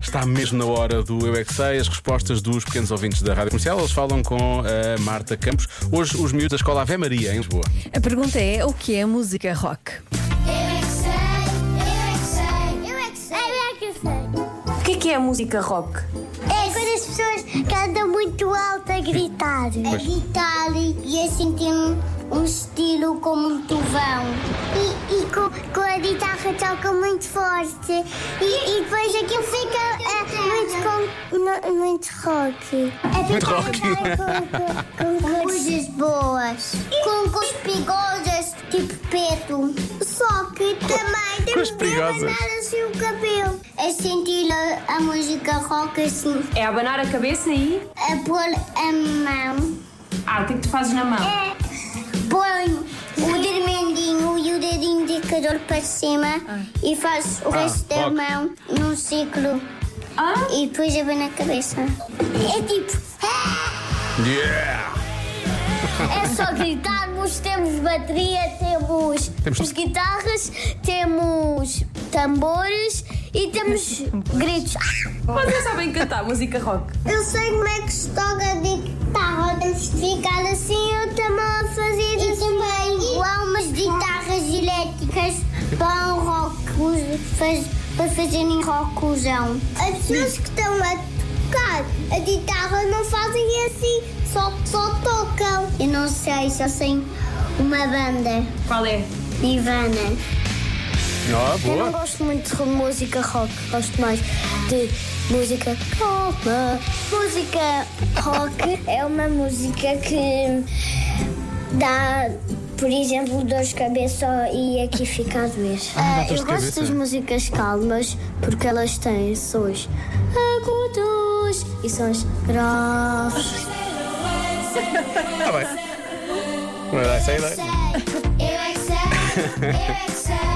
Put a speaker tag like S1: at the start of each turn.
S1: Está mesmo na hora do Eu é que Sei, as respostas dos pequenos ouvintes da Rádio Comercial. Eles falam com a Marta Campos. Hoje, os miúdos da Escola Ave Maria, em Lisboa.
S2: A pergunta é: o que é música rock?
S3: O que é que é a música rock?
S4: É quando as pessoas cantam muito alto a gritar. A gritar e assim tem um, um estilo como um trovão. E, e com, com a guitarra toca muito forte. E, e depois aquilo fica eh, muito, com, no- muito rock. A
S1: Muito
S4: guitarra
S1: rock.
S4: toca É Com, com, com coisas boas. Com, com as perigosas, tipo preto. Só que também tem
S1: as perigosas.
S4: assim o cabelo. A sentir a, a música rock assim.
S3: É abanar a cabeça e.
S4: A pôr a mão.
S3: Ah, o que é que tu fazes na mão?
S4: É. Ponho o dermendinho e o dedinho indicador para cima e faço
S1: Ah,
S4: o resto da
S1: ok.
S4: mão num ciclo
S3: Ah,
S4: e depois a na cabeça. É tipo. "Ah!"
S1: Yeah!
S4: É só gritarmos, temos bateria, temos,
S1: Temos-
S4: as guitarras, temos tambores e temos gritos. "Ah!"
S3: vocês sabem cantar música rock.
S4: Eu sei como é que se toca de guitarra. Temos de ficar assim, eu também a fazer e também igual umas guitarras elétricas para o rock, os- faz- para fazerem rockzão. As pessoas que estão a tocar a guitarra não fazem assim, só, só tocam. Eu não sei, só sei uma banda,
S3: Qual é?
S4: Nirvana.
S1: Ah,
S4: Eu não
S1: boa!
S4: gosto muito de música rock, gosto mais de música pop. Música rock é uma música que dá, por exemplo, dor de cabeça e aqui fica a doer.
S1: Ah, dá dor de
S4: eu
S1: cabeça.
S4: gosto das músicas calmas porque elas têm sons agudos e sons graves.
S1: Está bem. Vai dar essa ideia.
S4: é eu é que sei, eu é que sei.